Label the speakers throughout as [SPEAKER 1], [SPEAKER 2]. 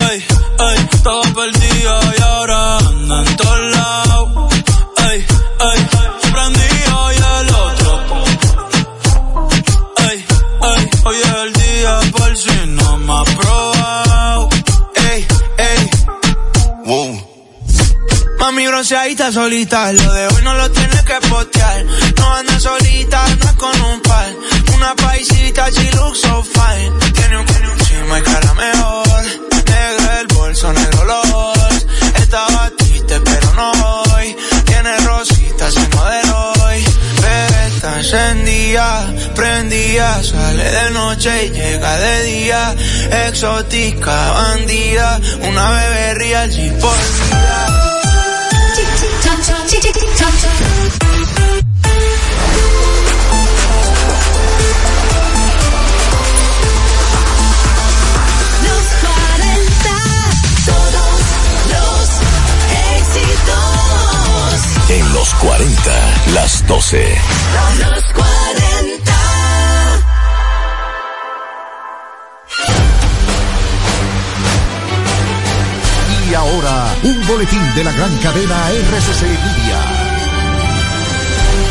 [SPEAKER 1] Ey, ey, estaba perdido y ahora anda en todos lados. Ey, ey, prendido y el otro. Ey, ey, hoy es el día por si no me has probado. Ey, ey. Mami bronceadita solita, lo de hoy no lo tienes que postear. No anda solita, anda con un par. Una paisita, she looks so fine. Tiene un, tiene un chisme cara mejor. Negra el bolso, negro los. Estaba triste, pero no hoy. Tiene rositas se modelo hoy. Bebé está encendida, prendida. Sale de noche y llega de día. Exótica, bandida. Una bebé real, y por vida.
[SPEAKER 2] Los 40, todos los éxitos.
[SPEAKER 3] En los 40, las 12.
[SPEAKER 2] Los 40,
[SPEAKER 4] Y ahora, un boletín de la gran cadena RCC Media.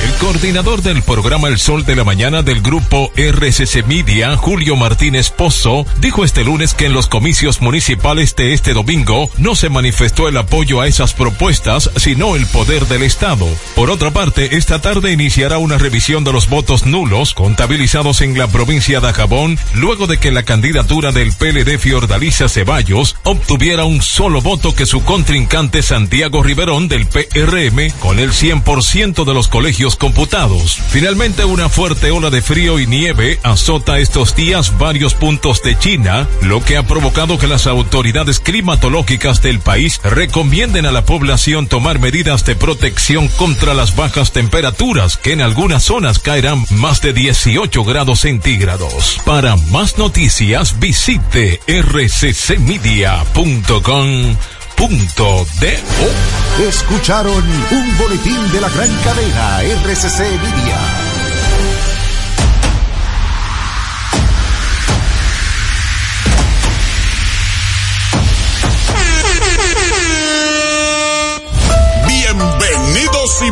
[SPEAKER 5] El coordinador del programa El Sol de la Mañana del grupo RCC Media, Julio Martínez Pozo, dijo este lunes que en los comicios municipales de este domingo no se manifestó el apoyo a esas propuestas, sino el poder del Estado. Por otra parte, esta tarde iniciará una revisión de los votos nulos contabilizados en la provincia de Jabón, luego de que la candidatura del PLD Fiordaliza Ceballos obtuviera un solo voto que su contrincante Santiago Riverón del PRM con el 100% de los colegios computados. Finalmente, una fuerte ola de frío y nieve azota estos días varios puntos de China, lo que ha provocado que las autoridades climatológicas del país recomienden a la población tomar medidas de protección contra las bajas temperaturas, que en algunas zonas caerán más de 18 grados centígrados. Para más noticias, visite rccmedia.com.de.
[SPEAKER 4] Escucharon un boletín de la gran cadena RCC Media.
[SPEAKER 6] Bienvenidos y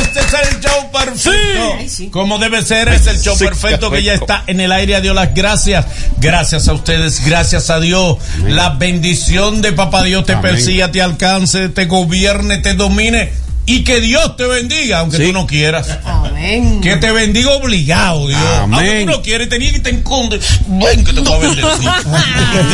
[SPEAKER 7] Este es el show perfecto. Como debe ser, es el show perfecto que ya está en el aire. Adiós las gracias. Gracias a ustedes, gracias a Dios. La bendición de papá Dios te persiga, te alcance, te gobierne, te domine. Y que Dios te bendiga, aunque tú no quieras.
[SPEAKER 8] Amén.
[SPEAKER 7] Que te bendiga obligado, Dios. Aunque
[SPEAKER 9] Amén.
[SPEAKER 7] tú no quieres, te niegues y te esconde. Ven que te voy a bendecir.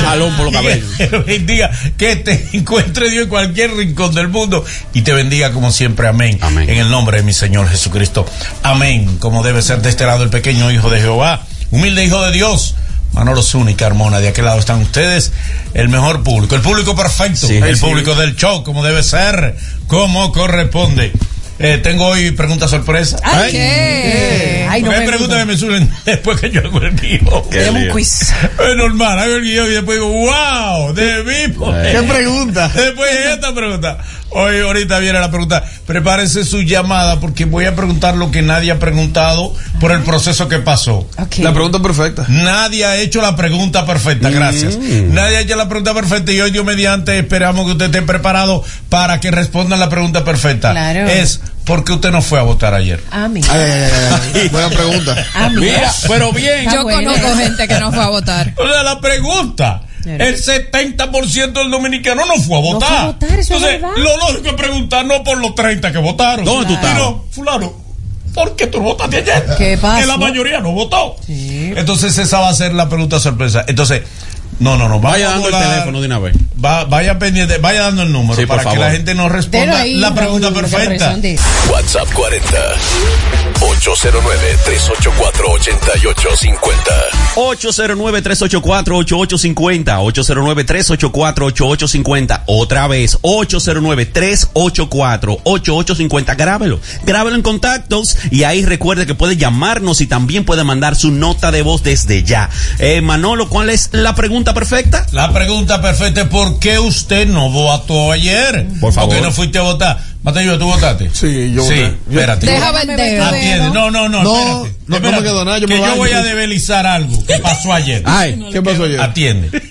[SPEAKER 9] Jalón por los
[SPEAKER 7] Y
[SPEAKER 9] cabellos.
[SPEAKER 7] Que te bendiga, que te encuentre Dios en cualquier rincón del mundo y te bendiga como siempre. Amén.
[SPEAKER 9] Amén.
[SPEAKER 7] En el nombre de mi Señor Jesucristo. Amén. Como debe ser de este lado el pequeño hijo de Jehová, humilde hijo de Dios. Manolo Zuni, Carmona, de aquel lado están ustedes, el mejor público, el público perfecto,
[SPEAKER 9] Sí,
[SPEAKER 7] el
[SPEAKER 9] sí.
[SPEAKER 7] público del show, como debe ser, como corresponde. Eh, tengo hoy pregunta sorpresa.
[SPEAKER 8] Ay, ¿qué? Ay, no
[SPEAKER 7] Porque hay
[SPEAKER 8] me gusta.
[SPEAKER 7] preguntas que me surgen después que yo hago el guión.
[SPEAKER 8] Tenemos un quiz.
[SPEAKER 7] Es normal, hago el guión y después digo, wow, debimos.
[SPEAKER 9] ¿Qué
[SPEAKER 7] pregunta? Después de esta pregunta. Hoy, ahorita viene la pregunta. Prepárese su llamada porque voy a preguntar lo que nadie ha preguntado por el proceso que pasó.
[SPEAKER 8] Ok.
[SPEAKER 9] La pregunta perfecta.
[SPEAKER 7] Nadie ha hecho la pregunta perfecta, gracias. Nadie ha hecho la pregunta perfecta y hoy Dios mediante esperamos que usted esté preparado para que respondan la pregunta perfecta.
[SPEAKER 8] Claro.
[SPEAKER 7] Es ¿por qué usted no fue a votar ayer?
[SPEAKER 8] Amén.
[SPEAKER 9] Ay, ay, ay, ay, ay. Buena pregunta.
[SPEAKER 8] Amén.
[SPEAKER 9] Mira, pero bien.
[SPEAKER 8] Yo conozco gente que no fue a votar.
[SPEAKER 7] O sea, la pregunta.
[SPEAKER 8] Claro.
[SPEAKER 7] El 70% del dominicano no fue a
[SPEAKER 8] fue a
[SPEAKER 7] votar.
[SPEAKER 8] votar, eso es
[SPEAKER 7] Entonces,
[SPEAKER 8] verdad.
[SPEAKER 7] lo lógico es preguntar no por los 30 que votaron.
[SPEAKER 9] ¿Dónde tú estabas?
[SPEAKER 7] Sino, fulano, ¿por qué tú no votaste ayer?
[SPEAKER 8] ¿Qué pasó?
[SPEAKER 7] Que la mayoría no votó.
[SPEAKER 8] Sí.
[SPEAKER 7] Entonces, esa va a ser la pregunta sorpresa. Entonces, No, no, no. vamos
[SPEAKER 9] Vaya
[SPEAKER 7] a
[SPEAKER 9] dando el
[SPEAKER 7] volar.
[SPEAKER 9] teléfono de una vez.
[SPEAKER 7] Va- vaya pendiente, vaya dando el número
[SPEAKER 9] Sí, por
[SPEAKER 7] para que
[SPEAKER 9] favor.
[SPEAKER 7] la gente nos
[SPEAKER 8] Pero
[SPEAKER 7] responda
[SPEAKER 8] ahí,
[SPEAKER 7] la pregunta
[SPEAKER 8] Raúl,
[SPEAKER 7] perfecta.
[SPEAKER 8] Ferrezón de-
[SPEAKER 3] WhatsApp 40 809 384 8850.
[SPEAKER 10] 809-384-8850. 809-384-8850. Otra vez. 809-384-8850. Grábelo. Grábelo en contactos. Y ahí recuerde que puede llamarnos y también puede mandar su nota de voz desde ya. Eh, Manolo, ¿cuál es la pregunta perfecta?
[SPEAKER 7] La pregunta perfecta es ¿por qué usted no votó ayer?
[SPEAKER 9] Por favor.
[SPEAKER 7] ¿Por qué no fuiste a votar? Mateo, ¿tú votaste?
[SPEAKER 9] Sí, yo
[SPEAKER 7] Sí,
[SPEAKER 9] voté. Yo-
[SPEAKER 7] espérate.
[SPEAKER 8] Deja vender.
[SPEAKER 7] Atiende. No, no, no.
[SPEAKER 9] No,
[SPEAKER 7] espérate,
[SPEAKER 9] no,
[SPEAKER 7] espérate,
[SPEAKER 9] ¿cómo quedó nada? Yo
[SPEAKER 7] que
[SPEAKER 9] me
[SPEAKER 7] yo
[SPEAKER 9] voy.
[SPEAKER 7] voy a debilizar algo que pasó ayer.
[SPEAKER 9] Ay, ¿qué pasó ayer?
[SPEAKER 7] Atiende.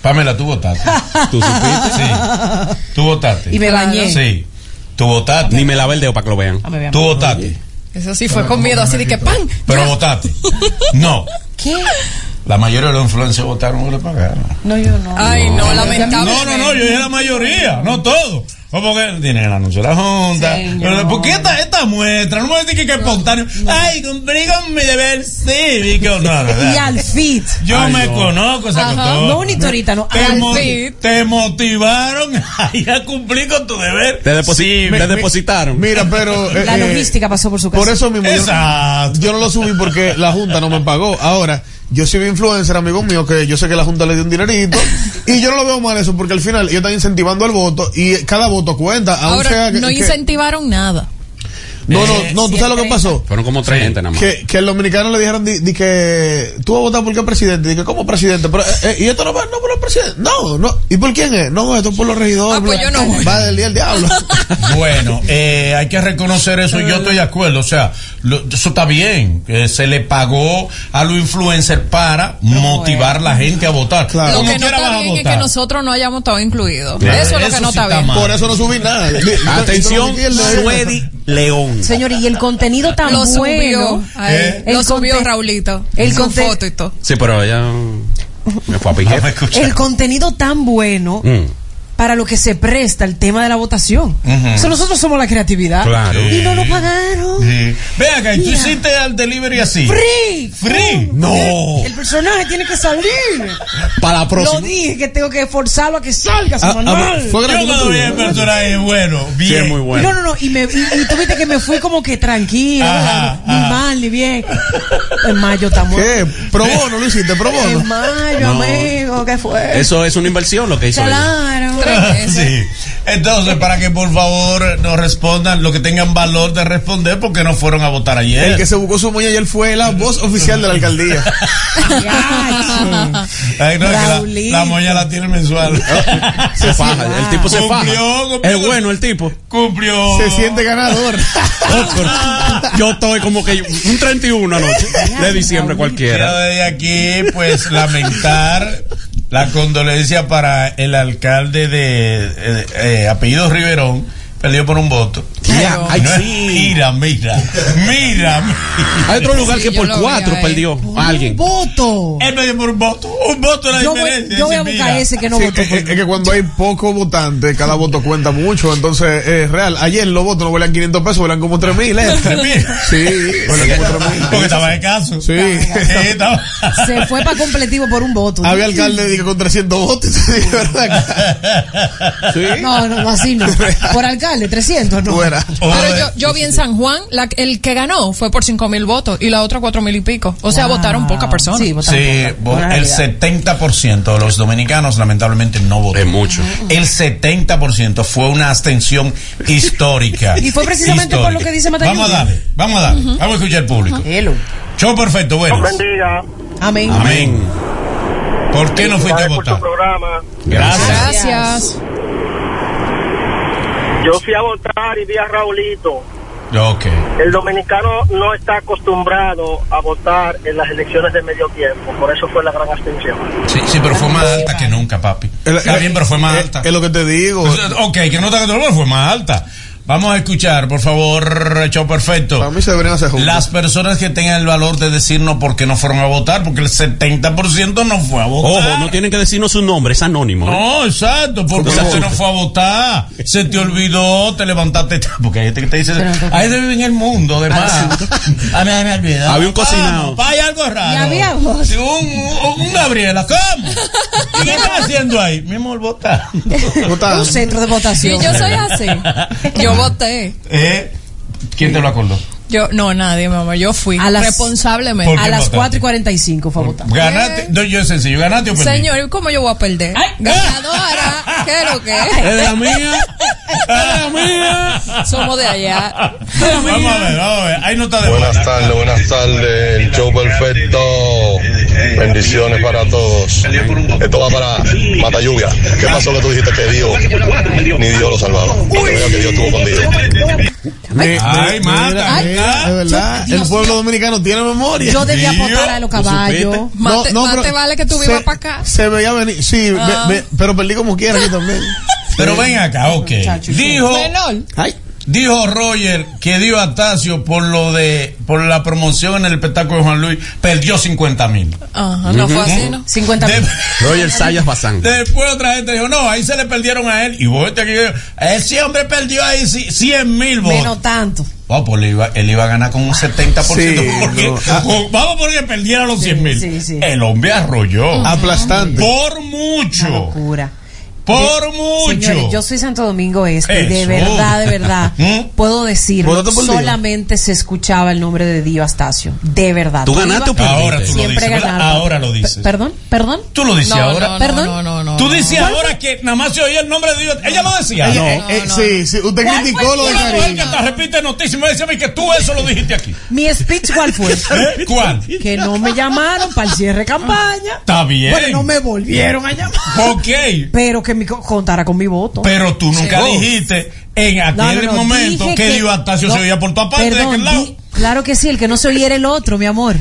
[SPEAKER 7] Pamela, tú votaste. ¿Tú supiste? Sí. Tú votaste.
[SPEAKER 8] Y me bañé.
[SPEAKER 7] Sí. Tú votaste.
[SPEAKER 10] Ni me la verdeo para que lo vean.
[SPEAKER 8] Ah, me vean.
[SPEAKER 7] Tú votaste.
[SPEAKER 8] Eso sí fue con miedo, así de que ¡pam!
[SPEAKER 7] Pero votaste. No.
[SPEAKER 8] ¿Qué?
[SPEAKER 7] La mayoría de los influencers votaron no le pagaron.
[SPEAKER 8] No, yo no. Ay, no, lamentable.
[SPEAKER 7] No, no, no, yo dije la mayoría, no todo. ¿O porque tiene el anuncio de la Junta?
[SPEAKER 8] Señor.
[SPEAKER 7] ¿Por qué esta, esta muestra? No me decís que, que es espontáneo. Ay, cumplí con mi deber cívico. No, no, no.
[SPEAKER 11] Y al fit.
[SPEAKER 7] Yo me conozco
[SPEAKER 11] Ajá.
[SPEAKER 7] esa cotorra.
[SPEAKER 11] No, ni torita, no,
[SPEAKER 7] Te,
[SPEAKER 11] al
[SPEAKER 7] mo-
[SPEAKER 8] fin.
[SPEAKER 7] te motivaron a ir a cumplir con tu deber.
[SPEAKER 10] Te, deposi-
[SPEAKER 7] cívico.
[SPEAKER 10] te depositaron.
[SPEAKER 9] Mira, pero. eh,
[SPEAKER 11] La
[SPEAKER 9] eh,
[SPEAKER 11] logística pasó por su casa.
[SPEAKER 9] Por eso mismo. yo-
[SPEAKER 7] Exacto.
[SPEAKER 9] Yo no lo subí porque la Junta no me pagó. Ahora, yo soy influencer, amigo mío, que yo sé que la Junta le dio un dinerito. Y yo no lo veo mal eso porque al final ellos están incentivando el voto y cada voto cuenta. Aún
[SPEAKER 8] Ahora,
[SPEAKER 9] sea que,
[SPEAKER 8] no
[SPEAKER 9] que-
[SPEAKER 8] incentivaron nada.
[SPEAKER 9] no,
[SPEAKER 7] Eh,
[SPEAKER 9] no, no, tú sabes lo que pasó.
[SPEAKER 10] Fueron como tres gente nada más.
[SPEAKER 9] Que, que el dominicano le dijeron di, di que tú vas a votar por qué presidente. Dije, ¿cómo presidente? Pero, eh, eh, y esto no va no por el presidente. No, no. ¿Y por quién es? No, esto es por los regidores.
[SPEAKER 8] Ah, pues
[SPEAKER 9] bla-
[SPEAKER 8] yo no voy.
[SPEAKER 9] Va del día al diablo.
[SPEAKER 7] Bueno, eh, hay que reconocer eso y yo estoy de acuerdo. O sea, lo- eso está bien. que se le pagó a los influencers para motivar a la gente a votar.
[SPEAKER 9] Claro.
[SPEAKER 8] Lo
[SPEAKER 7] Como
[SPEAKER 8] que no
[SPEAKER 7] quiera vas
[SPEAKER 8] está
[SPEAKER 7] a
[SPEAKER 8] bien es
[SPEAKER 7] votar.
[SPEAKER 8] que nosotros no hayamos estado incluidos.
[SPEAKER 7] Claro.
[SPEAKER 8] Eso es lo que
[SPEAKER 7] Eso
[SPEAKER 8] no
[SPEAKER 7] sí
[SPEAKER 8] está
[SPEAKER 7] está
[SPEAKER 8] bien.
[SPEAKER 7] mal.
[SPEAKER 9] por eso no subí nada. Di-
[SPEAKER 10] Atención,
[SPEAKER 9] di- di- di-
[SPEAKER 10] Suedi León.
[SPEAKER 11] Señor, y el contenido tan
[SPEAKER 8] Lo
[SPEAKER 11] bueno.
[SPEAKER 8] subió, ahí,
[SPEAKER 7] ¿Eh?
[SPEAKER 8] lo
[SPEAKER 11] El
[SPEAKER 8] subió
[SPEAKER 11] conte-
[SPEAKER 8] Raulito.
[SPEAKER 11] el
[SPEAKER 8] con
[SPEAKER 11] conte-
[SPEAKER 8] foto y todo.
[SPEAKER 10] Sí, pero ella me fue a
[SPEAKER 8] Ah,
[SPEAKER 7] No me
[SPEAKER 10] pijar.
[SPEAKER 7] escucha.
[SPEAKER 8] Eh.
[SPEAKER 11] El contenido tan bueno
[SPEAKER 10] Mm.
[SPEAKER 11] para lo que se presta el tema de la votación.
[SPEAKER 7] Ujú.
[SPEAKER 11] O sea, nosotros somos la creatividad.
[SPEAKER 10] Claro.
[SPEAKER 11] Y no lo pagaron.
[SPEAKER 7] Sí. Ve acá, ¿y tú
[SPEAKER 11] Mira.
[SPEAKER 7] hiciste al delivery así?
[SPEAKER 11] Free.
[SPEAKER 7] Free.
[SPEAKER 11] El personaje tiene que salir.
[SPEAKER 9] Para la
[SPEAKER 11] Lo
[SPEAKER 9] próxima.
[SPEAKER 11] dije que tengo que forzarlo a que salga su
[SPEAKER 9] Ah, ah,
[SPEAKER 11] manual.
[SPEAKER 9] fue
[SPEAKER 7] Yo
[SPEAKER 9] gratuito
[SPEAKER 7] cuando vi el
[SPEAKER 9] tuyo.
[SPEAKER 7] personaje bueno, bien.
[SPEAKER 10] Sí, es muy bueno.
[SPEAKER 11] No, no, no. Y, me, y, y tú viste que me fui como que tranquilo.
[SPEAKER 9] Ah,
[SPEAKER 7] Ajá,
[SPEAKER 11] ni
[SPEAKER 7] ajá.
[SPEAKER 11] mal, ni bien. En mayo estamos.
[SPEAKER 9] ¿Qué? ¿Pro bono lo hiciste? ¿Pro bono?
[SPEAKER 11] En mayo, amigo. ¿Qué fue?
[SPEAKER 10] Eso es una inversión lo que hizo ella.
[SPEAKER 11] Claro.
[SPEAKER 9] Ah,
[SPEAKER 7] Sí. Entonces, para que por favor nos respondan lo que tengan valor de responder porque no fueron a votar ayer.
[SPEAKER 9] El que se buscó su moña ayer fue la voz oficial de la alcaldía.
[SPEAKER 11] Yache.
[SPEAKER 7] Ay, no, es que la-
[SPEAKER 11] Raulito.
[SPEAKER 7] la, moña la tiene mensual.
[SPEAKER 10] Se faja, el tipo se faja.
[SPEAKER 7] Cumplió, cumplió.
[SPEAKER 10] Es bueno el tipo.
[SPEAKER 7] Cumplió.
[SPEAKER 9] Se siente ganador.
[SPEAKER 10] Oh, pero yo estoy como que un 31 anoche de diciembre
[SPEAKER 7] Quiero
[SPEAKER 10] cualquiera.
[SPEAKER 7] desde aquí, pues, lamentar la condolencia para el alcalde de eh, eh, apellido Riverón. Perdió por un voto.
[SPEAKER 10] Ya, ay,
[SPEAKER 7] No es-
[SPEAKER 10] sí.
[SPEAKER 7] Mira, mira, mira.
[SPEAKER 10] Hay otro lugar
[SPEAKER 8] Sí,
[SPEAKER 10] que
[SPEAKER 8] yo
[SPEAKER 10] por
[SPEAKER 8] lo vi
[SPEAKER 10] cuatro
[SPEAKER 8] ahí.
[SPEAKER 10] perdió a alguien.
[SPEAKER 11] Voto.
[SPEAKER 7] Él perdió por un voto. Un voto la
[SPEAKER 11] Yo voy,
[SPEAKER 7] diferencia.
[SPEAKER 11] yo voy a
[SPEAKER 7] Dice,
[SPEAKER 11] buscar
[SPEAKER 7] mira.
[SPEAKER 11] ese que no
[SPEAKER 9] Sí, eh,
[SPEAKER 11] votó.
[SPEAKER 9] es, es que cuando hay pocos votantes, cada voto cuenta mucho. Entonces, es real. Ayer los votos no valían 500 pesos, valían como 3 mil. ¿eh?
[SPEAKER 7] Tres mil.
[SPEAKER 9] Sí, valían como 3 mil.
[SPEAKER 7] Porque estaba escaso.
[SPEAKER 9] Sí.
[SPEAKER 7] Sí, estaba-
[SPEAKER 9] eh.
[SPEAKER 11] Se fue para completivo por un voto.
[SPEAKER 9] Había alcalde dije, con 300 votos. Sí, ¿verdad? Sí.
[SPEAKER 11] No, no, no, así no. Por alcalde, 300, no.
[SPEAKER 9] Fuera.
[SPEAKER 8] Pero yo, yo vi en San Juan, la- el que ganó fue por cinco mil votos y la otra cuatro mil y pico. O sea,
[SPEAKER 11] Wow.
[SPEAKER 8] votaron pocas personas.
[SPEAKER 11] Sí, votaron
[SPEAKER 7] Sí,
[SPEAKER 11] poca.
[SPEAKER 7] bo-
[SPEAKER 11] Buena
[SPEAKER 7] el
[SPEAKER 11] realidad.
[SPEAKER 7] 70% de los dominicanos lamentablemente no votó.
[SPEAKER 9] Em.
[SPEAKER 10] Es mucho.
[SPEAKER 7] El 70% fue una abstención histórica.
[SPEAKER 11] Y fue precisamente por lo que dice Mateo.
[SPEAKER 7] Vamos a darle, vamos a darle, vamos a escuchar al público.
[SPEAKER 11] Hello.
[SPEAKER 7] Show perfecto, bueno.
[SPEAKER 11] Amén.
[SPEAKER 7] Amén. ¿Por qué no fuiste a votar? Gracias.
[SPEAKER 8] Gracias.
[SPEAKER 1] Yo fui a votar y vi a Raulito.
[SPEAKER 7] Ok.
[SPEAKER 1] El dominicano no está acostumbrado a votar en las elecciones de medio tiempo, por eso fue la gran abstención.
[SPEAKER 7] Sí, sí, pero fue más alta que nunca, papi.
[SPEAKER 9] El- eh,
[SPEAKER 7] Está bien, pero fue más
[SPEAKER 9] es-
[SPEAKER 7] alta.
[SPEAKER 9] Es lo que te digo.
[SPEAKER 7] Ok, que no está que fue más alta. Vamos a escuchar, por favor, hecho perfecto. Las personas que tengan el valor de decirnos por qué no fueron a votar, porque el 70% no fue a votar.
[SPEAKER 10] Ojo, no tienen que decirnos su nombre, es anónimo. ¿eh?
[SPEAKER 7] No, exacto, porque
[SPEAKER 10] Porque
[SPEAKER 7] usted
[SPEAKER 10] no-
[SPEAKER 7] no fue a votar, se te olvidó, te levantaste, porque hay gente que te dice, ahí vive en el mundo, Ah, además. A mí me olvidó.
[SPEAKER 10] Había un cocinado.
[SPEAKER 7] Hay algo raro.
[SPEAKER 11] Y había voz.
[SPEAKER 7] Sí, Un, un, un Gabriela, ¿cómo? ¿Y ¿Qué está haciendo ahí? Mi amor, vota.
[SPEAKER 11] Un centro de votación.
[SPEAKER 8] yo soy así. Yo voté.
[SPEAKER 7] ¿Eh? ¿Quién te lo acordó?
[SPEAKER 8] Yo, no, nadie, mi amor. Yo fui.
[SPEAKER 11] A las-
[SPEAKER 8] responsablemente.
[SPEAKER 7] ¿Por
[SPEAKER 11] A
[SPEAKER 7] qué
[SPEAKER 11] las
[SPEAKER 7] votaste?
[SPEAKER 11] 4 y 45 fue a votar.
[SPEAKER 7] Ganaste, no, yo es sencillo, ganaste o perdiste.
[SPEAKER 8] Eh. Señor, ¿y cómo yo voy a perder? Ganadora, ¿qué es lo que es?
[SPEAKER 7] la mía. Es la mía.
[SPEAKER 8] Somos de allá.
[SPEAKER 7] Vamos a ver, vamos a ver. Ahí no está de
[SPEAKER 9] Pues,
[SPEAKER 12] Buenas tardes, buenas tardes, el show perfecto. Bendiciones para todos. Esto va para Mata Lluvia. ¿Qué pasó que tú dijiste que Dios, ni Dios lo salvaba? Que vea que Dios estuvo contigo.
[SPEAKER 7] Ay, mata.
[SPEAKER 9] Mira, es verdad, el pueblo dominicano tiene memoria.
[SPEAKER 11] Yo debía apostar a los caballos.
[SPEAKER 8] Más te- más te vale que tú
[SPEAKER 9] se-
[SPEAKER 8] vivas pa' acá.
[SPEAKER 9] Se veía venir, sí, ve-
[SPEAKER 8] Ah.
[SPEAKER 9] ve- pero perdí como quiera yo también.
[SPEAKER 7] Pero ven acá, ok.
[SPEAKER 11] Eh,
[SPEAKER 7] Dijo,
[SPEAKER 8] Menor.
[SPEAKER 9] Ay,
[SPEAKER 7] dijo Roger que dio a Tacio por lo de, por la promoción en el espectáculo de Juan Luis, perdió 50 mil.
[SPEAKER 8] Ajá, no fue así, ¿no?
[SPEAKER 11] 50 mil.
[SPEAKER 10] Roger Sayas Bazán.
[SPEAKER 7] Después otra gente dijo, no, ahí se le perdieron a él. Y vos este que ese hombre perdió ahí 100 mil votos.
[SPEAKER 11] Menos tanto.
[SPEAKER 7] Oh, pues le iba- él iba a ganar con un 70%.
[SPEAKER 9] Sí,
[SPEAKER 7] porque,
[SPEAKER 9] no. Ah.
[SPEAKER 7] con- vamos porque perdiera los 100 mil.
[SPEAKER 11] sí, sí.
[SPEAKER 7] El hombre arrolló.
[SPEAKER 9] Ah,
[SPEAKER 7] Ah,
[SPEAKER 9] aplastante.
[SPEAKER 7] Por mucho.
[SPEAKER 11] Una locura.
[SPEAKER 7] Por mucho.
[SPEAKER 11] Señores, yo soy Santo Domingo Este. y De
[SPEAKER 7] Eso.
[SPEAKER 11] verdad, de verdad.
[SPEAKER 7] ¿Mm?
[SPEAKER 11] puedo decir,
[SPEAKER 9] ¿Votaste por Dio?
[SPEAKER 11] solamente se escuchaba el nombre de Dio Astacio. De verdad.
[SPEAKER 10] ¿Tú ganaste o perdiste?
[SPEAKER 7] Ahora tú lo
[SPEAKER 11] Siempre
[SPEAKER 7] dices. ¿verdad?
[SPEAKER 11] ganaba.
[SPEAKER 7] Ahora lo
[SPEAKER 11] P-
[SPEAKER 7] dices.
[SPEAKER 11] Perdón, perdón.
[SPEAKER 7] Tú lo dices
[SPEAKER 8] No,
[SPEAKER 7] ahora.
[SPEAKER 8] no, no,
[SPEAKER 11] ¿Perdón?
[SPEAKER 8] no, no, no,
[SPEAKER 7] Tú
[SPEAKER 8] no.
[SPEAKER 7] dices ahora que nada más se oía el nombre de Dios. Ella lo decía.
[SPEAKER 10] Ah,
[SPEAKER 9] Ella-
[SPEAKER 7] No.
[SPEAKER 9] eh, eh,
[SPEAKER 8] no,
[SPEAKER 9] sí, sí, usted criticó lo de
[SPEAKER 7] Una mujer que
[SPEAKER 9] Karina.
[SPEAKER 7] hasta repite noticias y me dice a mí que tú eso lo dijiste aquí.
[SPEAKER 11] Mi speech, ¿cuál fue?
[SPEAKER 7] ¿Eh? ¿Cuál?
[SPEAKER 11] que no me llamaron para el cierre de campaña.
[SPEAKER 7] Está bien.
[SPEAKER 11] Bueno, no me volvieron a llamar.
[SPEAKER 7] Ok.
[SPEAKER 11] Pero que me co- contara con mi voto.
[SPEAKER 7] Pero tú nunca
[SPEAKER 11] Sí.
[SPEAKER 7] dijiste en
[SPEAKER 11] No,
[SPEAKER 7] aquel
[SPEAKER 11] no, no,
[SPEAKER 7] momento
[SPEAKER 11] dije
[SPEAKER 7] que, Dio Astacio
[SPEAKER 11] no,
[SPEAKER 7] se oía por tu parte de
[SPEAKER 11] perdón,
[SPEAKER 7] aquel lado.
[SPEAKER 11] di- claro que sí, el que no se oía era el otro, mi amor.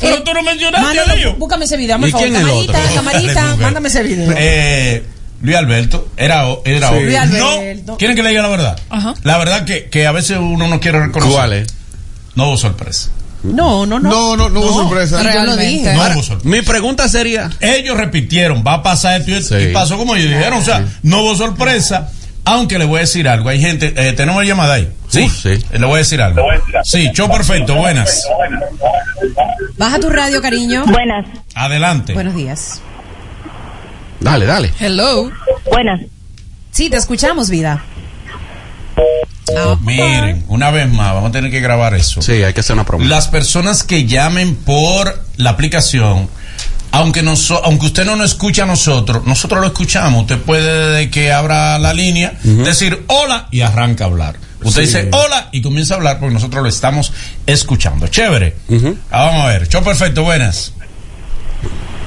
[SPEAKER 7] Pero
[SPEAKER 11] Eh,
[SPEAKER 7] tú no mencionaste a
[SPEAKER 11] mándalo,
[SPEAKER 7] Dio.
[SPEAKER 11] Búscame ese video, por
[SPEAKER 10] ¿Y
[SPEAKER 11] favor.
[SPEAKER 10] quién es el otro?
[SPEAKER 11] Camarita,
[SPEAKER 7] Dale,
[SPEAKER 11] camarita,
[SPEAKER 7] mujer.
[SPEAKER 11] mándame ese video.
[SPEAKER 7] Eh, Luis Alberto era, o- era obvio.
[SPEAKER 11] Luis Alberto.
[SPEAKER 7] No, ¿Quieren que le diga la verdad?
[SPEAKER 8] Ajá.
[SPEAKER 7] La verdad que, que a veces uno no quiere reconocer.
[SPEAKER 10] ¿Cuál es?
[SPEAKER 7] No hubo sorpresa.
[SPEAKER 11] no, no, no.
[SPEAKER 9] No, no, no hubo sorpresa.
[SPEAKER 11] Yo lo
[SPEAKER 8] Realmente.
[SPEAKER 11] dije.
[SPEAKER 7] No
[SPEAKER 10] Ahora,
[SPEAKER 7] hubo sorpresa.
[SPEAKER 10] mi pregunta sería,
[SPEAKER 7] Ellos repitieron, va a pasar esto y, esto,
[SPEAKER 10] Sí.
[SPEAKER 7] y pasó como ellos dijeron. O sea, no hubo sorpresa. Aunque le voy a decir algo. Hay gente, eh, tenemos llamada ahí. Sí,
[SPEAKER 10] Uf, sí.
[SPEAKER 7] Eh, Le voy a decir algo. Sí, show perfecto. Buenas.
[SPEAKER 11] Baja tu radio, cariño.
[SPEAKER 13] Buenas,
[SPEAKER 7] Adelante.
[SPEAKER 11] Buenos días.
[SPEAKER 10] dale, dale.
[SPEAKER 8] Hello.
[SPEAKER 13] buenas.
[SPEAKER 11] Sí, te escuchamos, vida. Ah,
[SPEAKER 7] Miren, una vez más, vamos a tener que grabar eso.
[SPEAKER 10] Sí, hay que hacer una promoción.
[SPEAKER 7] Las personas que llamen por la aplicación, aunque noso- aunque usted no nos escucha a nosotros, nosotros lo escuchamos. Usted puede desde que abra la línea decir hola y arranca a hablar. Usted dice hola y comienza a hablar porque nosotros lo estamos escuchando. Chévere.
[SPEAKER 10] Ujú.
[SPEAKER 7] Ah, vamos a ver. Show perfecto, buenas.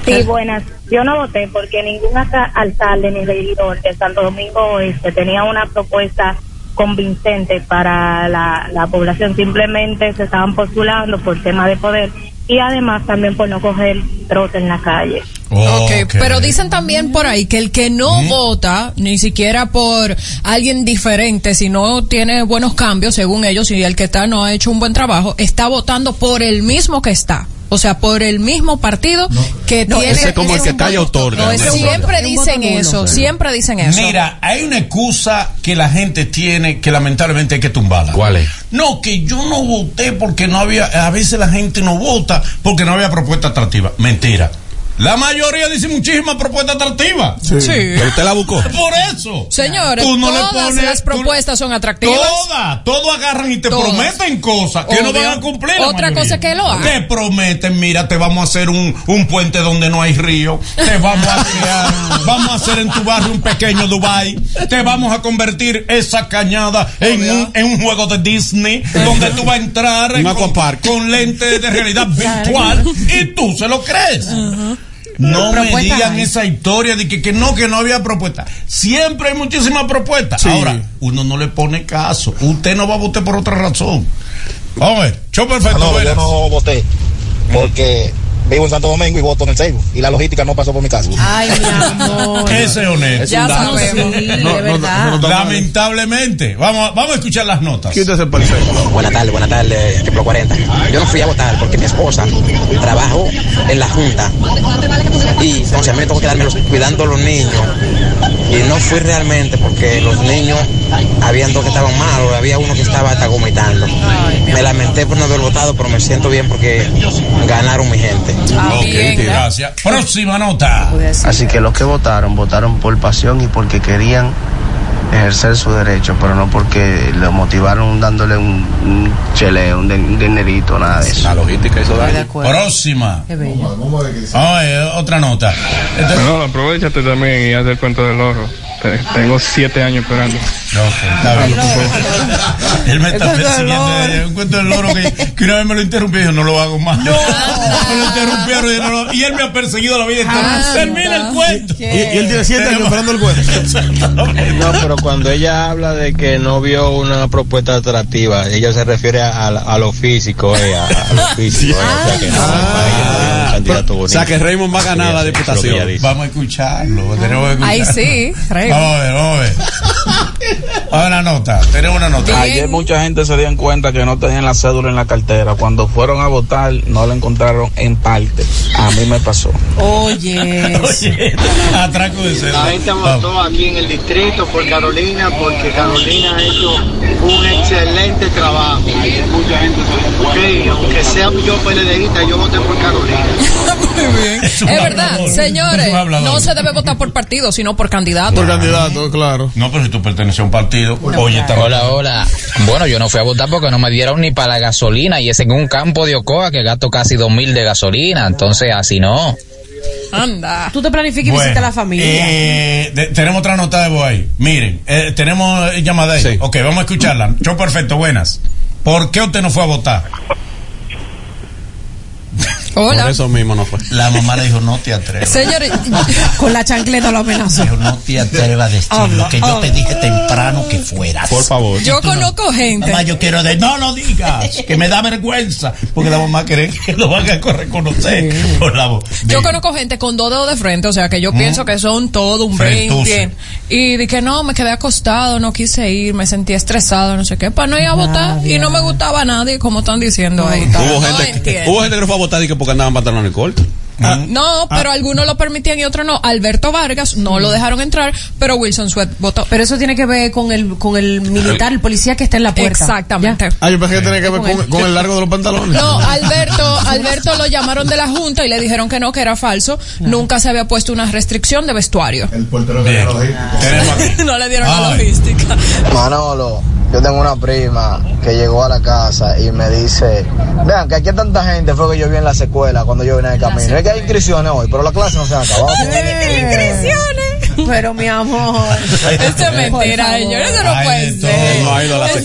[SPEAKER 13] Sí, buenas. Yo no voté porque ningún alca- alcalde ni regidor de Santo Domingo Oeste tenía una propuesta convincente para la, la población. Simplemente se estaban postulando por tema de poder y además también por no coger trote en la calle.
[SPEAKER 8] ok, pero dicen también por ahí que el que no vota, ni siquiera por alguien diferente, si no tiene buenos cambios, según ellos, y el que está no ha hecho un buen trabajo, está votando por el mismo que está. O sea, por el mismo partido que tiene.
[SPEAKER 10] ese es como el que
[SPEAKER 8] un
[SPEAKER 10] calla
[SPEAKER 8] voto.
[SPEAKER 10] otorga,
[SPEAKER 8] No,
[SPEAKER 10] ese es un
[SPEAKER 8] siempre
[SPEAKER 11] voto. Es un
[SPEAKER 8] dicen
[SPEAKER 11] voto nulo.
[SPEAKER 8] eso, siempre dicen eso.
[SPEAKER 7] Mira, hay una excusa que la gente tiene que lamentablemente hay que tumbarla.
[SPEAKER 10] ¿Cuál es?
[SPEAKER 7] No, que yo no voté porque no había, a veces la gente no vota porque no había propuesta atractiva. Mentira. La mayoría dice muchísimas propuestas atractivas.
[SPEAKER 8] Sí.
[SPEAKER 10] Pero usted la buscó.
[SPEAKER 7] Por eso.
[SPEAKER 8] Señores,
[SPEAKER 7] Tú no le
[SPEAKER 8] todas
[SPEAKER 7] pones-
[SPEAKER 8] las
[SPEAKER 7] tú-
[SPEAKER 8] propuestas son atractivas.
[SPEAKER 7] Todas, todos agarran y te
[SPEAKER 8] Todas.
[SPEAKER 7] prometen cosas que no
[SPEAKER 8] Obvio.
[SPEAKER 7] van a cumplir. la
[SPEAKER 8] Otra
[SPEAKER 7] mayoría.
[SPEAKER 8] cosa es que lo hagan.
[SPEAKER 7] Te prometen, mira, te vamos a hacer un, un puente donde no hay río, te vamos a crear, vamos a hacer en tu barrio un pequeño Dubai, te vamos a convertir esa cañada en un, en un juego de Disney donde tú vas a entrar
[SPEAKER 10] Un
[SPEAKER 7] en- con,
[SPEAKER 10] aquapark.
[SPEAKER 7] con lentes de realidad virtual y tú se lo crees. No me
[SPEAKER 11] Propuestas
[SPEAKER 7] digan
[SPEAKER 11] hay.
[SPEAKER 7] esa historia de que, que no, que no había propuesta. Siempre hay muchísimas propuestas. Ahora, uno no le pone caso. Usted no va a votar por otra razón. Vamos a ver, show perfecto.
[SPEAKER 12] No, yo
[SPEAKER 7] buenas.
[SPEAKER 12] no voté porque
[SPEAKER 14] Eh, vivo en Santo Domingo y voto en el Seibo. Y la logística no pasó por mi casa.
[SPEAKER 8] Ay, mi amor.
[SPEAKER 7] Ese es honesto.
[SPEAKER 8] Ya sabemos. Sí, de verdad.
[SPEAKER 7] Lamentablemente. Vamos, a- vamos a escuchar las notas.
[SPEAKER 15] Buenas tardes, buenas tardes, Triple 40. Yo no fui a votar porque mi esposa trabajó en la Junta y entonces a mí me tocó quedarme los- cuidando a los niños. Y no fui realmente porque los niños, habían dos que estaban malos, había uno que estaba hasta vomitando. Me lamenté por no haber votado, pero me siento bien porque ganaron mi gente.
[SPEAKER 7] Ok, gracias. Próxima nota.
[SPEAKER 1] Así que los que votaron, votaron por pasión y porque querían ejercer su derecho, pero no porque lo motivaron dándole un, un chele, un, din- dinerito, nada de eso. La logística hizo
[SPEAKER 7] Próxima. Ay, eh, otra nota. Este-
[SPEAKER 16] No, aprovechate también y haz el cuento del oro. Te- Tengo siete años esperando.
[SPEAKER 7] Él me está
[SPEAKER 16] Eso es
[SPEAKER 7] persiguiendo.
[SPEAKER 16] dolor.
[SPEAKER 7] eh, Un cuento del loro que, que una vez me lo interrumpió y yo no lo hago más. No. me lo interrumpieron y, yo no lo- y él me ha perseguido la vida. entera. Termina el cuento.
[SPEAKER 17] Y, y él tiene siete años esperando el cuento.
[SPEAKER 9] No, pero cuando ella habla de que no vio una propuesta atractiva, ella se refiere a, a- a lo físico, eh, a, a lo físico. eh, o sea que no,
[SPEAKER 11] Ah,
[SPEAKER 9] para ella no es un candidato
[SPEAKER 6] O sea
[SPEAKER 9] bonito.
[SPEAKER 6] que Raymond va a ganar
[SPEAKER 9] Eso es
[SPEAKER 6] la
[SPEAKER 9] lo que ella
[SPEAKER 6] diputación.
[SPEAKER 9] dice.
[SPEAKER 7] Vamos a escucharlo. Tenemos que escucharlo.
[SPEAKER 11] Ahí sí, rey.
[SPEAKER 7] Vamos a ver, vamos a ver. Ahora una nota, tenemos una nota.
[SPEAKER 18] Ayer mucha gente se dio cuenta que no tenían la cédula en la cartera. Cuando fueron a votar, no la encontraron en parte. A mí me pasó.
[SPEAKER 8] Oye.
[SPEAKER 7] Atraco de cédula.
[SPEAKER 19] La gente votó aquí en el distrito por Carolina porque Carolina ha hecho un excelente trabajo. Ok, aunque sea yo PLDista, yo voté por Carolina.
[SPEAKER 7] Muy bien.
[SPEAKER 11] Es verdad, señores, no se debe votar por partido, sino por candidato.
[SPEAKER 7] claro. No, pero si tú perteneces a un partido, oye, está
[SPEAKER 20] Hola, hola. Bueno, yo no fui a votar porque no me dieron ni para la gasolina y es en un campo de Ocoa que gasto casi dos mil de gasolina, entonces así no.
[SPEAKER 8] Anda. Tú te planificas y visitas a la familia.
[SPEAKER 7] eh, de- tenemos otra nota de voz ahí. Miren, eh, tenemos eh, llamada ahí. Ok, vamos a escucharla. Yo perfecto, buenas. ¿Por qué usted no fue a votar?
[SPEAKER 6] Por eso mismo no fue.
[SPEAKER 7] La mamá le dijo, no te atrevas.
[SPEAKER 11] Señores,
[SPEAKER 8] con la chancleta lo amenazó.
[SPEAKER 7] No te atrevas a decirlo,
[SPEAKER 8] Habla,
[SPEAKER 7] que yo te
[SPEAKER 8] habla.
[SPEAKER 7] dije temprano que fueras. Por favor.
[SPEAKER 11] yo conozco gente.
[SPEAKER 7] Mamá, yo quiero de no lo digas, que me da vergüenza, porque la mamá cree que lo van a reconocer por la voz.
[SPEAKER 11] Yo conozco gente con dos dedos de frente, o sea que yo
[SPEAKER 7] Mm.
[SPEAKER 11] pienso que son todo un
[SPEAKER 7] Frentuce.
[SPEAKER 11] 20. Y dije, no, me quedé acostado, no quise ir, me sentí estresado, no sé qué, para no ir a votar. Y no me gustaba a nadie, como están diciendo ahí.
[SPEAKER 6] Hubo
[SPEAKER 11] No
[SPEAKER 6] gente, que-
[SPEAKER 11] entiendo. Ah,
[SPEAKER 6] hubo Ah. gente que no fue a votar y que porque andaban pantalones cortos.
[SPEAKER 7] ¿Ah?
[SPEAKER 11] No, pero algunos lo permitían y otros no. Alberto Vargas no
[SPEAKER 8] Mm.
[SPEAKER 11] lo dejaron entrar, pero Wilson Sweat votó.
[SPEAKER 8] Pero eso tiene que ver con el, con el militar, el policía que está en la puerta.
[SPEAKER 11] Exactamente.
[SPEAKER 17] Ah, yo pensé que tenía que ver con, con el largo de los pantalones.
[SPEAKER 11] No, Alberto, Alberto lo llamaron de la Junta y le dijeron que no, que era falso. Nunca se había puesto una restricción de vestuario.
[SPEAKER 7] Bien.
[SPEAKER 11] no le dieron la
[SPEAKER 21] Ay.
[SPEAKER 11] logística.
[SPEAKER 1] Manolo, yo tengo una prima que llegó a la casa y me dice, vean que aquí hay tanta gente, fue que yo vi en las escuelas cuando yo vine en el camino. Es que hay inscripciones hoy, pero las clases no se han acabado.
[SPEAKER 8] Pero mi amor.
[SPEAKER 11] Eso es mentira, señores. Eso no puede ser.
[SPEAKER 7] No ha ido a la
[SPEAKER 11] Eso